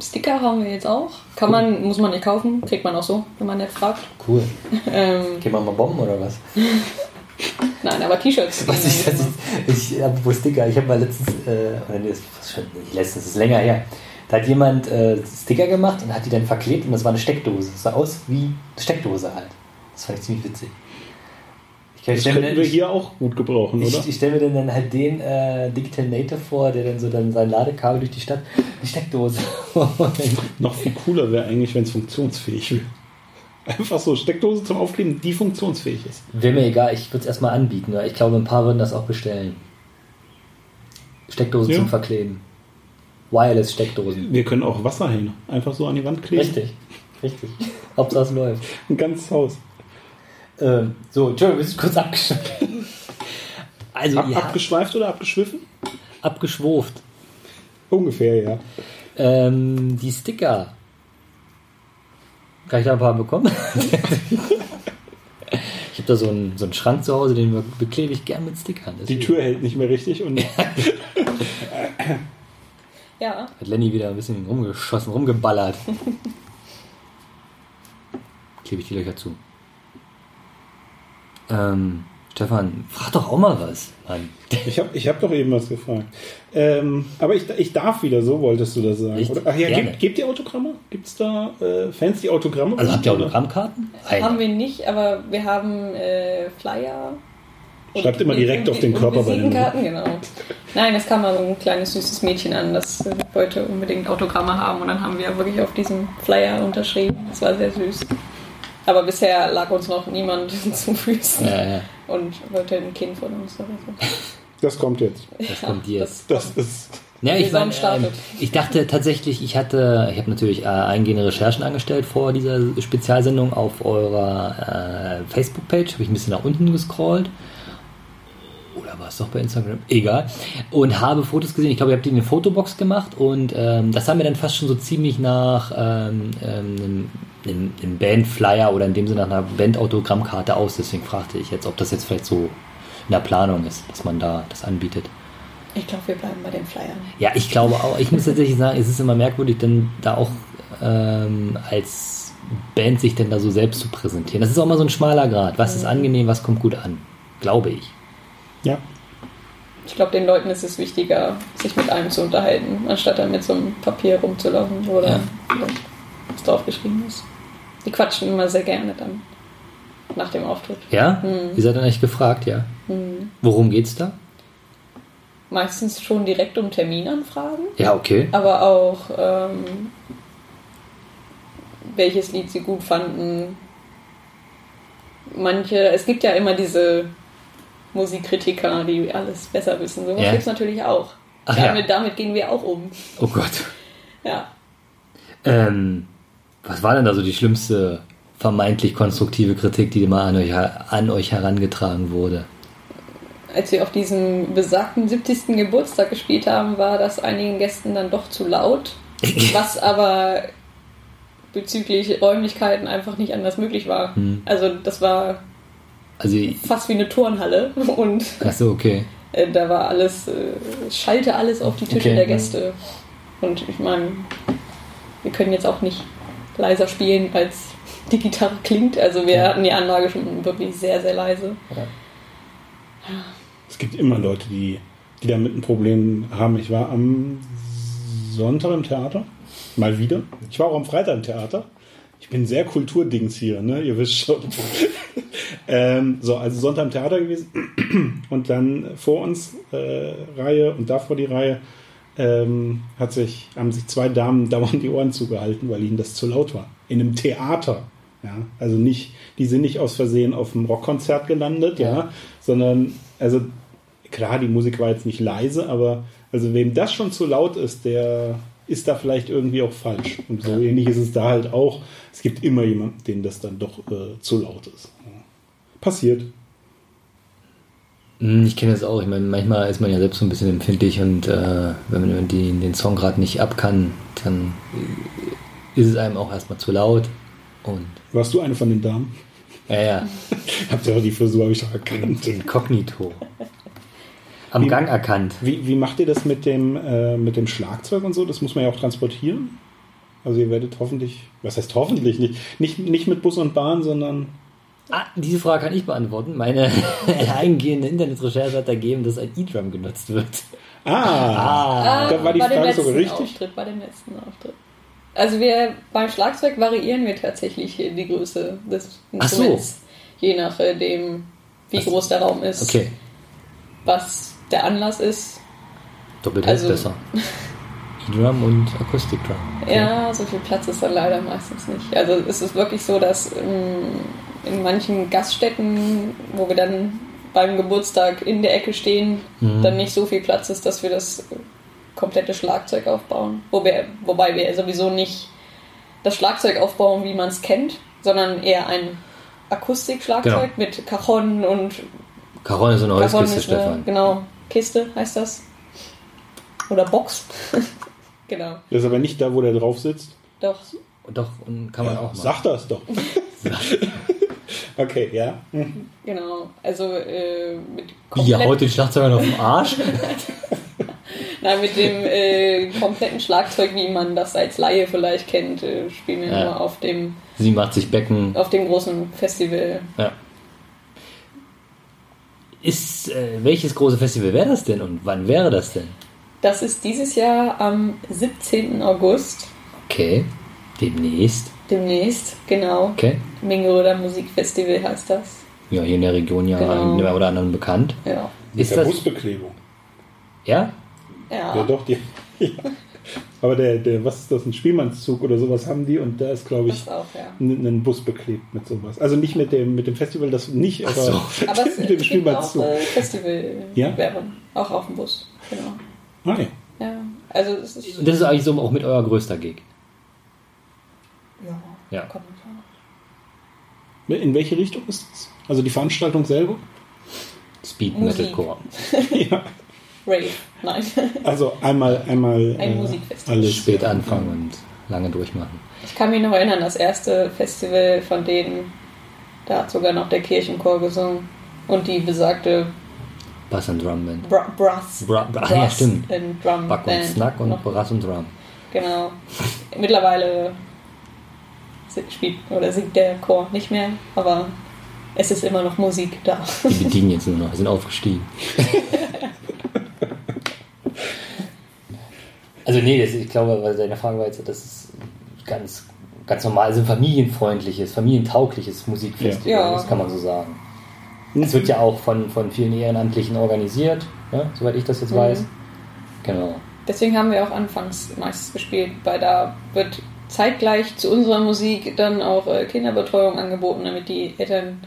S4: Sticker haben wir jetzt auch. Kann man, muss man nicht kaufen, kriegt man auch so, wenn man nett fragt.
S2: Cool.
S4: Ähm,
S2: Gehen wir mal Bomben oder was?
S4: nein, aber T-Shirts.
S2: Was ich, was ich, ich habe Sticker, ich habe mal letztens, äh, oder nee, das ist schon nicht letztens, das ist länger her. Da hat jemand äh, Sticker gemacht und hat die dann verklebt und das war eine Steckdose. Das sah aus wie eine Steckdose halt. Das fand ich ziemlich witzig. Ich, kann- ich
S3: Das
S2: stelle mir,
S3: könnten wir
S2: ich,
S3: hier auch gut gebrauchen, oder?
S2: ich, ich stell mir dann, dann halt den äh, Digital Native vor, der dann so dann sein Ladekabel durch die Stadt, die Steckdose.
S3: Noch viel cooler wäre eigentlich, wenn es funktionsfähig wäre. Einfach so Steckdose zum Aufkleben, die funktionsfähig ist.
S2: Wäre mir egal, ich würde es erstmal anbieten. weil Ich glaube, ein paar würden das auch bestellen. Steckdosen
S3: Ja.
S2: zum Verkleben. Wireless-Steckdosen.
S3: Wir können auch Wasserhähne einfach so an die Wand kleben.
S2: Richtig, richtig. Hauptsache es läuft.
S3: Ein ganzes Haus.
S2: Ähm, so, Entschuldigung, wir sind kurz abgeschweift. Also,
S3: Ab,
S2: ihr habt
S3: Abgeschweift oder abgeschwiffen?
S2: abgeschwurft.
S3: Ungefähr, ja.
S2: Ähm, die Sticker. Kann ich da ein paar bekommen? ich habe da so einen, so einen Schrank zu Hause, den beklebe ich gern mit Stickern.
S3: Die
S2: deswegen.
S3: Tür hält nicht mehr richtig und
S4: ja,
S2: Hat Lenny wieder ein bisschen rumgeschossen, rumgeballert. Klebe ich die Löcher zu. Ähm, Stefan, frag doch auch mal was, Mann.
S3: ich habe ich hab doch eben was gefragt. Ähm, aber ich, ich darf wieder, so wolltest du das sagen.
S2: Richtig,
S3: Oder? Ach ja,
S2: gerne.
S3: gebt, gebt ihr Autogramme? Gibt es da äh, Fans, die Autogramme
S2: Also habt ihr
S3: wollen?
S2: Autogrammkarten? Eine.
S4: haben wir nicht, aber wir haben äh, Flyer. und-
S3: Schreibt immer direkt auf den
S4: und
S3: Körper bei den
S4: Visitenkarten, genau. Nein, das kam mal so ein kleines süßes Mädchen an, das äh, wollte unbedingt Autogramme haben und dann haben wir wirklich auf diesem Flyer unterschrieben. Das war sehr süß. Aber bisher lag uns noch niemand zu Füßen
S2: Ja, ja.
S4: und wollte ein Kind von uns oder so.
S3: Das kommt jetzt.
S2: Das kommt jetzt.
S3: Das ist.
S2: Ja, ich,
S4: Saison
S2: mein, ähm,
S4: startet.
S2: ich dachte tatsächlich, ich hatte, ich habe natürlich äh, eingehende Recherchen angestellt vor dieser Spezialsendung auf eurer äh, Facebook-Page, habe ich ein bisschen nach unten gescrollt. Oder war es doch bei Instagram? Egal. Und habe Fotos gesehen. Ich glaube, ihr habt die in eine Fotobox gemacht und ähm, das sah mir dann fast schon so ziemlich nach ähm, ähm, einem, einem, einem Bandflyer oder in dem Sinne nach einer Bandautogrammkarte aus. Deswegen fragte ich jetzt, ob das jetzt vielleicht so in der Planung ist, dass man da das anbietet.
S4: Ich glaube, wir bleiben bei den Flyern.
S2: Ja, ich glaube auch. Ich muss tatsächlich sagen, es ist immer merkwürdig, denn da auch ähm, als Band sich denn da so selbst zu präsentieren. Das ist auch immer so ein schmaler Grad. Was ist angenehm, was kommt gut an? Glaube ich.
S3: Ja.
S4: Ich glaube, den Leuten ist es wichtiger, sich mit einem zu unterhalten, anstatt dann mit so einem Papier rumzulaufen oder
S2: Ja.
S4: vielleicht, was draufgeschrieben ist. Die quatschen immer sehr gerne dann nach dem Auftritt.
S2: Ja? Ihr seid dann echt gefragt, ja? Worum geht's da?
S4: meistens schon direkt um Terminanfragen,
S2: Ja, okay.
S4: aber auch ähm, welches Lied sie gut fanden. Manche, es gibt ja immer diese Musikkritiker, die alles besser wissen. Sowas
S2: Ja.
S4: gibt es natürlich auch.
S2: Ach ja.
S4: damit, damit gehen wir auch um.
S2: Oh Gott.
S4: Ja.
S2: Ähm, was war denn da so die schlimmste vermeintlich konstruktive Kritik, die mal an euch, an euch herangetragen wurde?
S4: Als wir auf diesem besagten 70. Geburtstag gespielt haben, war das einigen Gästen dann doch zu laut, was aber bezüglich Räumlichkeiten einfach nicht anders möglich war. Also das war
S2: Also,
S4: fast wie eine Turnhalle und
S2: ach so, okay.
S4: äh, da war alles, äh, schallte alles auf die Tische
S2: Okay.
S4: der Gäste. Und ich meine, wir können jetzt auch nicht leiser spielen, als die Gitarre klingt. Also wir hatten die Anlage schon wirklich sehr, sehr leise.
S3: Es gibt immer Leute, die, die damit ein Problem haben. Ich war am Sonntag im Theater, mal wieder. Ich war auch am Freitag im Theater. Ich bin sehr Kulturdings hier, ne? Ihr wisst schon. ähm, so, also Sonntag im Theater gewesen und dann vor uns äh, Reihe und davor die Reihe ähm, hat sich, haben sich zwei Damen dauernd die Ohren zugehalten, weil ihnen das zu laut war. In einem Theater. Ja, also nicht, die sind nicht aus Versehen auf einem Rockkonzert gelandet, ja,
S2: Ja.
S3: sondern, also klar, die Musik war jetzt nicht leise, aber also wem das schon zu laut ist, der ist da vielleicht irgendwie auch falsch. Und so ähnlich ist es da halt auch. Es gibt immer jemanden, dem das dann doch äh, zu laut ist. Ja. Passiert.
S2: Hm, Ich kenne das auch. Ich meine, manchmal ist man ja selbst so ein bisschen empfindlich und äh, wenn man die, den Song gerade nicht ab kann, dann ist es einem auch erstmal zu laut. Und
S3: Warst du eine von den Damen?
S2: ja,
S4: Mhm.
S2: ja,
S3: Habt ihr auch die Frisur, habe ich doch erkannt.
S2: inkognito. Am Gang erkannt.
S3: Wie, wie macht ihr das mit dem, äh, mit dem Schlagzeug und so? Das muss man ja auch transportieren. Also ihr werdet hoffentlich, was heißt hoffentlich nicht, nicht, nicht mit Bus und Bahn, sondern
S2: Ah, diese Frage kann ich beantworten. Meine eingehende Internetrecherche hat ergeben, dass ein E-Drum genutzt wird.
S3: ah,
S4: Ah,
S3: Da war die
S4: bei dem
S3: Frage so
S4: letzten
S3: richtig.
S4: Auftritt, bei dem letzten Auftritt. Also wir beim Schlagzeug variieren wir tatsächlich hier die Größe des
S2: Ach so.
S4: Instruments, je nachdem, wie groß der Raum ist,
S2: Okay,
S4: was der Anlass ist.
S2: doppelt
S4: Also-
S2: hält besser. E-Drum und Akustik-Drum. Okay.
S4: Ja, so viel Platz ist dann leider meistens nicht. Also es ist wirklich so, dass ähm, in manchen Gaststätten, wo wir dann beim Geburtstag in der Ecke stehen,
S2: Mhm.
S4: dann nicht so viel Platz ist, dass wir das komplette Schlagzeug aufbauen. Wo wir, wobei wir sowieso nicht das Schlagzeug aufbauen, wie man es kennt, sondern eher ein
S2: Genau.
S4: Akustikschlagzeug mit Cajon und
S2: Caron ist eine
S4: Cajon
S2: Holzkiste,
S4: ist eine,
S2: Stefan.
S4: genau, Kiste heißt das. Oder Box. genau.
S3: das ist aber nicht da, wo der drauf sitzt.
S4: Doch.
S2: Doch, und kann man auch machen.
S3: Sag das doch. okay, ja.
S4: Genau, also äh, mit
S2: Wie, ihr
S4: komplett-
S2: haut den Schlagzeuger auf den Arsch?
S4: Nein, mit dem äh, kompletten Schlagzeug, wie man das als Laie vielleicht kennt, äh, spielen wir
S2: Ja.
S4: immer auf dem,
S2: Sie macht sich Becken.
S4: auf dem großen Festival.
S2: Ja. Ist, äh, welches große Festival wäre das denn und wann wäre das denn?
S4: Das ist dieses Jahr am 17. August,
S2: Okay, demnächst.
S4: demnächst, genau.
S2: Okay.
S4: Mingeroder Musikfestival heißt das.
S2: Ja, hier in der Region ja
S4: Genau.
S2: dem einen oder anderen bekannt.
S4: Ja.
S3: Mit
S2: Ist
S3: der
S2: das-
S3: Busbeklebung.
S2: Ja?
S4: Ja.
S3: Ja, doch, die. Ja. Aber der, der, was ist das, ein Spielmannszug oder sowas haben die und da ist, glaube ich,
S4: Das auch, ja.
S3: n- ein Bus beklebt mit sowas. Also nicht mit dem, mit dem Festival, das nicht, aber
S2: so.
S4: Aber es
S3: mit dem
S4: gibt auch
S3: Spielmannszug.
S4: äh, Festival
S3: Ja?
S4: Werbung, auch auf dem Bus. Genau.
S3: Ah, ja.
S4: Ja. Also es ist
S2: Und das ist eigentlich so auch mit euer größter Gig.
S4: ja,
S2: Ja.
S4: kann man sagen.
S3: In welche Richtung ist das? Also die Veranstaltung selber?
S2: Speed
S4: Musik.
S2: Metalcore.
S3: ja.
S4: Rave, nein.
S3: Also einmal, einmal äh,
S2: Äh,
S4: Ein Musikfestival.
S3: alles.
S2: Spät anfangen und lange durchmachen.
S4: Ich kann mich noch erinnern, das erste Festival von denen, da hat sogar noch der Kirchenchor gesungen und die besagte
S2: Bass and Drum Band.
S4: Bra Brass.
S2: Bra- Bra- ah, ja, stimmt.
S4: and Drum
S2: Back und
S4: Band
S2: Snack und
S4: noch.
S2: Brass und Drum.
S4: Genau. Mittlerweile si- spielt oder singt der Chor nicht mehr, aber es ist immer noch Musik da.
S2: Die bedienen jetzt nur noch, sind aufgestiegen. also nee, das, ich glaube, weil deine Frage war jetzt, dass es ganz, ganz normal, also ein familienfreundliches, familientaugliches Musikfestival,
S4: Ja. Ja.
S2: das kann man so sagen. Es wird ja auch von, von vielen Ehrenamtlichen organisiert, ne? soweit ich das jetzt
S4: Mhm.
S2: weiß. Genau.
S4: Deswegen haben wir auch anfangs meistens gespielt, weil da wird zeitgleich zu unserer Musik dann auch äh, Kinderbetreuung angeboten, damit die Eltern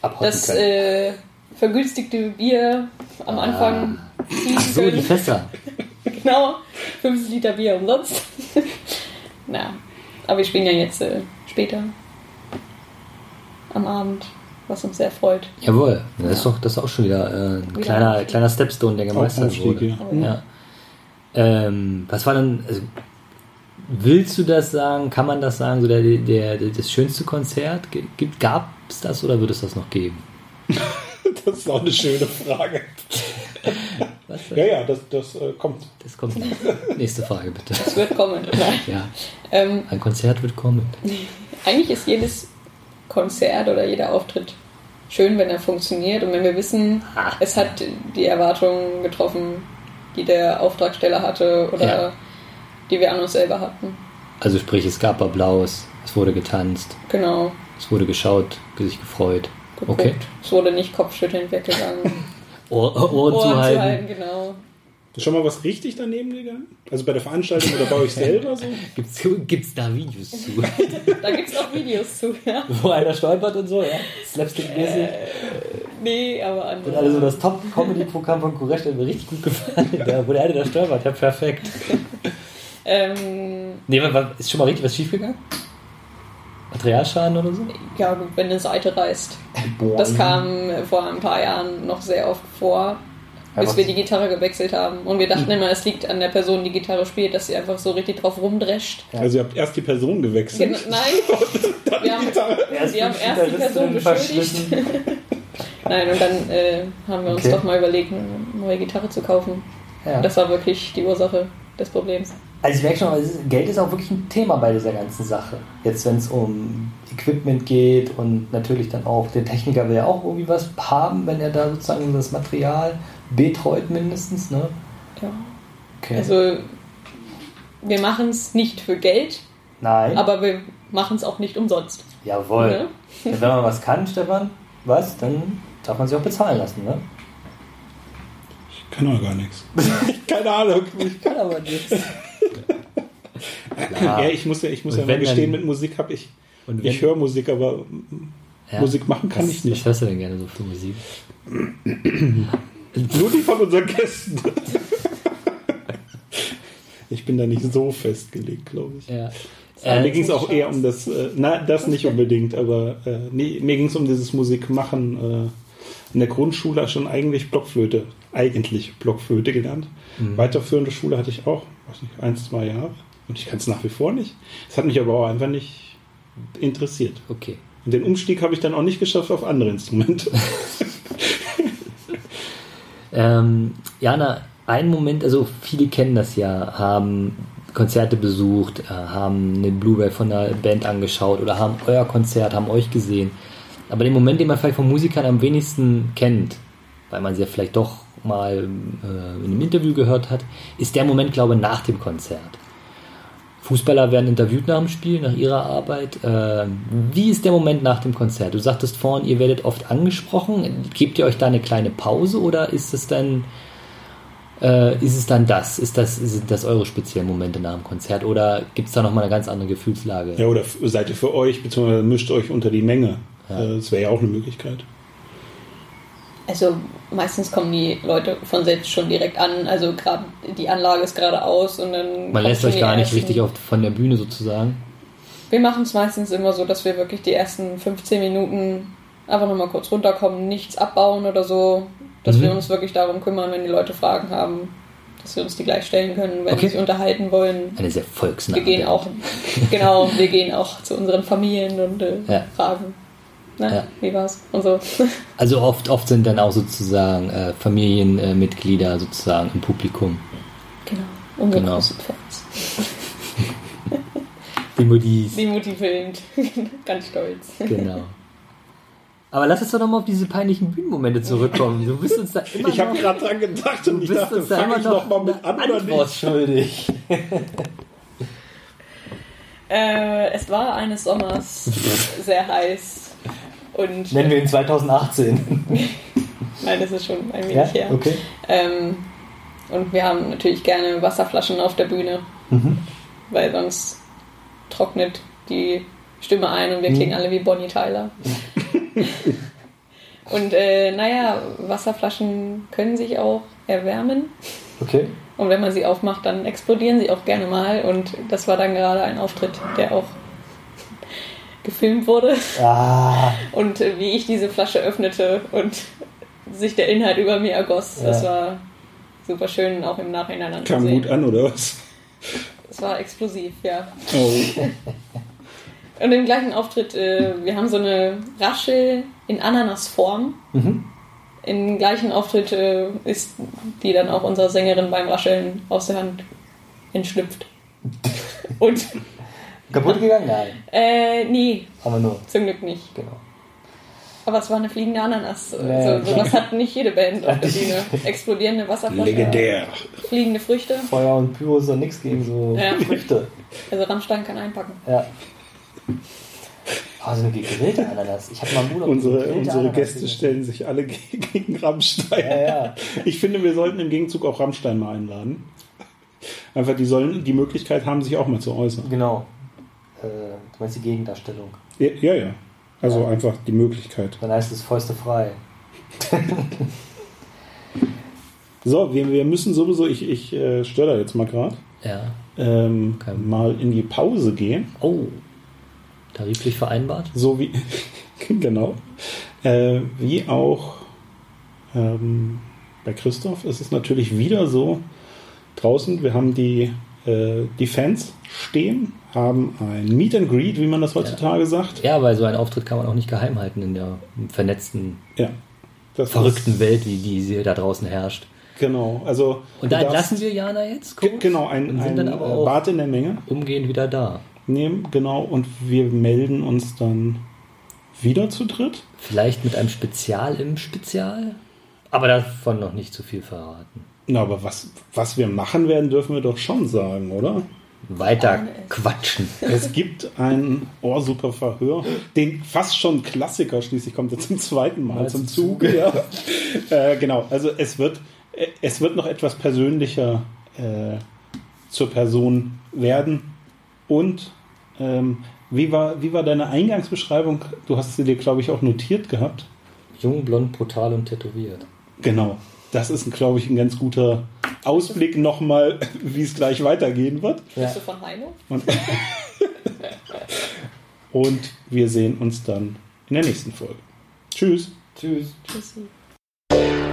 S2: Abhocken
S4: das
S2: können.
S4: äh, vergünstigte Bier am
S2: Ah.
S4: Anfang ziehen
S2: Ach so, die
S4: können.
S2: Fässer.
S4: Genau, 50 Liter Bier umsonst. Na, aber wir spielen ja jetzt äh, später am Abend, was uns sehr freut.
S2: Jawohl, das ist doch das ist auch schon wieder äh, ein kleiner,
S4: Aufstieg.
S2: kleiner Stepstone, der
S3: Auch
S2: gemeistert
S3: Aufstieg,
S2: wurde.
S3: ja.
S2: Ja. Oh. Ähm, was war denn, also, willst du das sagen, kann man das sagen, so der, der, der, das schönste Konzert? Gab es das oder wird es das noch geben?
S3: Das ist auch eine schöne Frage.
S2: Was?
S3: Ja, ja, das, das äh, kommt.
S2: Das kommt. Nächste Frage bitte.
S4: Es wird kommen. Nein.
S2: Ja,
S4: Ähm,
S2: ein Konzert wird kommen.
S4: eigentlich ist jedes Konzert oder jeder Auftritt schön, wenn er funktioniert und wenn wir wissen,
S2: Ah.
S4: es hat die Erwartungen getroffen, die der Auftragsteller hatte oder
S2: Ja.
S4: die wir an uns selber hatten.
S2: Also sprich, es gab Applaus, es wurde getanzt,
S4: Genau.
S2: es wurde geschaut, sich gefreut.
S4: Geguckt.
S2: Okay.
S4: Es wurde nicht kopfschüttelnd weggegangen.
S2: Ohr, Ohren zuhalten.
S4: genau.
S3: Ist schon mal was richtig daneben gegangen? Also bei der Veranstaltung oder bei euch selber so?
S2: Gibt's, gibt's da Videos zu?
S4: Da gibt es auch Videos zu, ja.
S2: Wo einer stolpert und so, ja? Slapstick-mäßig.
S4: Äh. Nee, aber
S2: Und
S4: andere.
S2: also das Top-Comedy-Programm von Koresh hat mir richtig gut gefallen. Da, wo der eine da stolpert, ja perfekt.
S4: Ähm,
S2: Nee, wa- wa- ist schon mal richtig was schiefgegangen? Materialschaden oder so?
S4: ja, gut, wenn eine Seite reißt.
S2: Boah.
S4: Das kam vor ein paar Jahren noch sehr oft vor, bis
S2: was-
S4: wir die Gitarre gewechselt haben. Und wir dachten
S2: Hm.
S4: immer, es liegt an der Person, die Gitarre spielt, dass sie einfach so richtig drauf rumdrescht.
S3: Also ihr habt erst die Person
S4: Gen-
S3: gewechselt.
S4: Nein, wir haben, wir haben erst die Person beschuldigt. Nein, und dann äh, haben wir uns
S2: Okay.
S4: doch mal überlegt, eine neue Gitarre zu kaufen.
S2: Ja.
S4: Das war wirklich die Ursache des Problems.
S2: Also ich merke schon, es ist- Geld ist auch wirklich ein Thema bei dieser ganzen Sache. Jetzt, wenn es um Equipment geht und natürlich dann auch der Techniker will ja auch irgendwie was haben, wenn er da sozusagen das Material betreut mindestens, ne?
S4: Ja.
S2: Okay.
S4: Also wir machen es nicht für Geld,
S2: Nein.
S4: aber wir machen es auch nicht umsonst.
S2: Jawohl.
S4: Ne?
S2: Ja, wenn man was kann, Stefan, was, dann darf man sich auch bezahlen lassen, ne?
S3: Ich kann auch gar nichts. Keine Ahnung.
S2: Kann aber nichts.
S3: Ja, ich muss ja, ich muss
S2: Und
S3: ja mal
S2: wenn,
S3: gestehen,
S2: dann-
S3: mit Musik habe ich.
S2: Und
S3: Ich
S2: wenn-
S3: höre Musik, aber mm,
S2: Ja.
S3: Musik machen kann
S2: Was-
S3: ich nicht.
S2: Was hörst du denn gerne so für Musik?
S3: Nur die von unseren Gästen. Ich bin da nicht so festgelegt, glaube ich.
S2: Ja.
S3: mir
S2: Äh,
S3: ging es auch eher um das, äh, na, das nicht unbedingt, aber äh, nee, mir ging es um dieses Musikmachen. Äh, in der Grundschule schon eigentlich Blockflöte, eigentlich Blockflöte gelernt.
S2: Mhm.
S3: Weiterführende Schule hatte ich auch, weiß nicht, ein, zwei Jahre. Und ich kann es nach wie vor nicht. Es hat mich aber auch einfach nicht interessiert.
S2: okay.
S3: Und den Umstieg habe ich dann auch nicht geschafft auf andere Instrumente.
S2: Ähm, Jana, ein Moment, also viele kennen das ja, haben Konzerte besucht, äh, haben eine Blu-ray von einer Band angeschaut oder haben euer Konzert, haben euch gesehen. Aber den Moment, den man vielleicht von Musikern am wenigsten kennt, weil man sie ja vielleicht doch mal äh, in einem Interview gehört hat, ist der Moment, glaube ich, nach dem Konzert. Fußballer werden interviewt nach dem Spiel, nach ihrer Arbeit. Äh, wie ist der Moment nach dem Konzert? Du sagtest vorhin, ihr werdet oft angesprochen. Gebt ihr euch da eine kleine Pause oder ist es dann, äh, ist es dann das? Ist das, sind das eure speziellen Momente nach dem Konzert oder gibt es da nochmal eine ganz andere Gefühlslage?
S3: ja, oder f- seid ihr für euch, beziehungsweise mischt euch unter die Menge. Äh, das wäre ja auch eine Möglichkeit.
S4: Also meistens kommen die Leute von selbst schon direkt an. Also gerade die Anlage ist gerade aus und dann.
S2: Man lässt euch gar nicht richtig
S4: auf.
S2: auf, von der Bühne sozusagen.
S4: Wir machen es meistens immer so, dass wir wirklich die ersten 15 Minuten einfach nochmal kurz runterkommen, nichts abbauen oder so. Dass
S2: Mhm.
S4: wir uns wirklich darum kümmern, wenn die Leute Fragen haben, dass wir uns die gleich stellen können, wenn
S2: Okay.
S4: sie sich unterhalten wollen.
S2: Eine sehr volksnahe
S4: Wir gehen
S2: Band.
S4: auch, genau, wir gehen auch zu unseren Familien und äh,
S2: Ja.
S4: fragen, na,
S2: Ja.
S4: wie war's und so.
S2: Also oft, oft sind dann auch sozusagen äh, Familienmitglieder äh, Mitglieder sozusagen im Publikum.
S4: Genau, unsere
S2: Genau.
S4: großen Fans.
S2: Die Modis.
S4: Die Mutti filmt, ganz stolz.
S2: Genau. Aber lass uns doch nochmal auf diese peinlichen Bühnenmomente zurückkommen. Du bist uns da immer
S3: Ich habe
S2: noch,
S3: gerade dran gedacht
S2: du
S3: und ich
S2: bist
S3: dachte,
S2: uns da
S3: fange
S2: immer
S3: ich noch mal mit
S2: eine
S3: an oder
S2: Antwort
S3: nicht?
S2: schuldig.
S4: Äh, es war eines Sommers sehr heiß Und
S5: Nennen wir ihn 2018.
S4: nein, das ist schon ein wenig
S5: ja?
S4: her.
S5: Okay.
S4: Ähm, und wir haben natürlich gerne Wasserflaschen auf der Bühne,
S5: Mhm.
S4: weil sonst trocknet die Stimme ein und wir
S5: Hm.
S4: klingen alle wie Bonnie Tyler. und äh, naja, Wasserflaschen können sich auch erwärmen.
S5: Okay.
S4: Und wenn man sie aufmacht, dann explodieren sie auch gerne mal. Und das war dann gerade ein Auftritt, der auch gefilmt wurde.
S5: Ah,
S4: Und äh, wie ich diese Flasche öffnete und sich der Inhalt über mir ergoss,
S5: Ja.
S4: das war super schön, auch im Nachhinein
S3: Kam gut
S4: anzusehen.
S3: an, oder was?
S4: Es war explosiv, ja.
S3: Oh.
S4: Und im gleichen Auftritt, äh, wir haben so eine Raschel in Ananasform.
S5: Mhm.
S4: Im gleichen Auftritt äh, ist die dann auch unserer Sängerin beim Rascheln aus der Hand entschlüpft. Und
S5: kaputt gegangen? Nein.
S4: Äh, nee,
S5: Aber nur.
S4: zum Glück nicht.
S5: Genau.
S4: Aber es war eine fliegende Ananas.
S5: Nee,
S4: Also, sowas hat nicht jede Band auf der Bühne. Explodierende Wasserflaschen,
S3: Legendär.
S4: fliegende Früchte.
S5: Feuer und Pyro ist doch nichts gegen so
S4: Ja.
S5: Früchte.
S4: Also Rammstein kann einpacken.
S5: Ja. Oh, so eine gegrillte Ananas. Ich habe mal einen Bruder mit so einer
S3: Unsere,
S5: gegrillten
S3: unsere
S5: Ananas
S3: Gäste
S5: gegessen.
S3: stellen sich alle ge- gegen Rammstein.
S5: Ja, ja.
S3: Ich finde, wir sollten im Gegenzug auch Rammstein mal einladen. Einfach, die sollen die Möglichkeit haben, sich auch mal zu äußern.
S5: Genau. Äh, du meinst die Gegendarstellung.
S3: Ja, ja. ja. Also einfach die Möglichkeit.
S5: Dann heißt es Fäuste frei.
S3: So, wir, wir müssen sowieso, ich, ich äh, störe da jetzt mal gerade,
S2: Ja.
S3: ähm,
S2: Okay.
S3: mal in die Pause gehen.
S2: Oh. Tariflich vereinbart?
S3: So wie, genau, äh, wie auch ähm, bei Christoph ist es natürlich wieder so, draußen, wir haben die, äh, die Fans stehen, haben ein Meet and Greet, wie man das heutzutage sagt.
S2: Ja, weil so einen Auftritt kann man auch nicht geheim halten in der vernetzten,
S3: Ja. Das
S2: verrückten Welt, wie die sie da draußen herrscht.
S3: Ist, genau, also.
S2: Und da
S3: du darfst-
S2: entlassen wir Jana jetzt kurz
S3: Ge- Genau, ein,
S2: und sind
S3: ein
S2: dann aber
S3: äh,
S2: auch
S3: Bart in der Menge
S2: umgehend wieder da.
S3: nehmen, genau, und wir melden uns dann wieder zu dritt.
S2: Vielleicht mit einem Spezial im Spezial? Aber davon noch nicht zu viel verraten.
S3: Na, aber was, was wir machen werden, dürfen wir doch schon sagen, oder?
S2: Weiter quatschen.
S3: Es gibt ein ohrsuper Verhör, den fast schon Klassiker, schließlich kommt er zum zweiten Mal
S2: Mal
S3: zum
S2: zum
S3: Zuge. Ja. äh, genau, also es wird, äh, es wird noch etwas persönlicher äh, zur Person werden. Und ähm, wie, war, wie war deine Eingangsbeschreibung? Du hast sie dir, glaube ich, auch notiert gehabt.
S2: Jung, blond, brutal und tätowiert.
S3: Genau, das ist, glaube ich, ein ganz guter Ausblick nochmal, wie es gleich weitergehen wird.
S5: Ja.
S4: Bist du von Heino?
S3: Und wir sehen uns dann in der nächsten Folge. Tschüss.
S5: Tschüss.
S4: Tschüssi.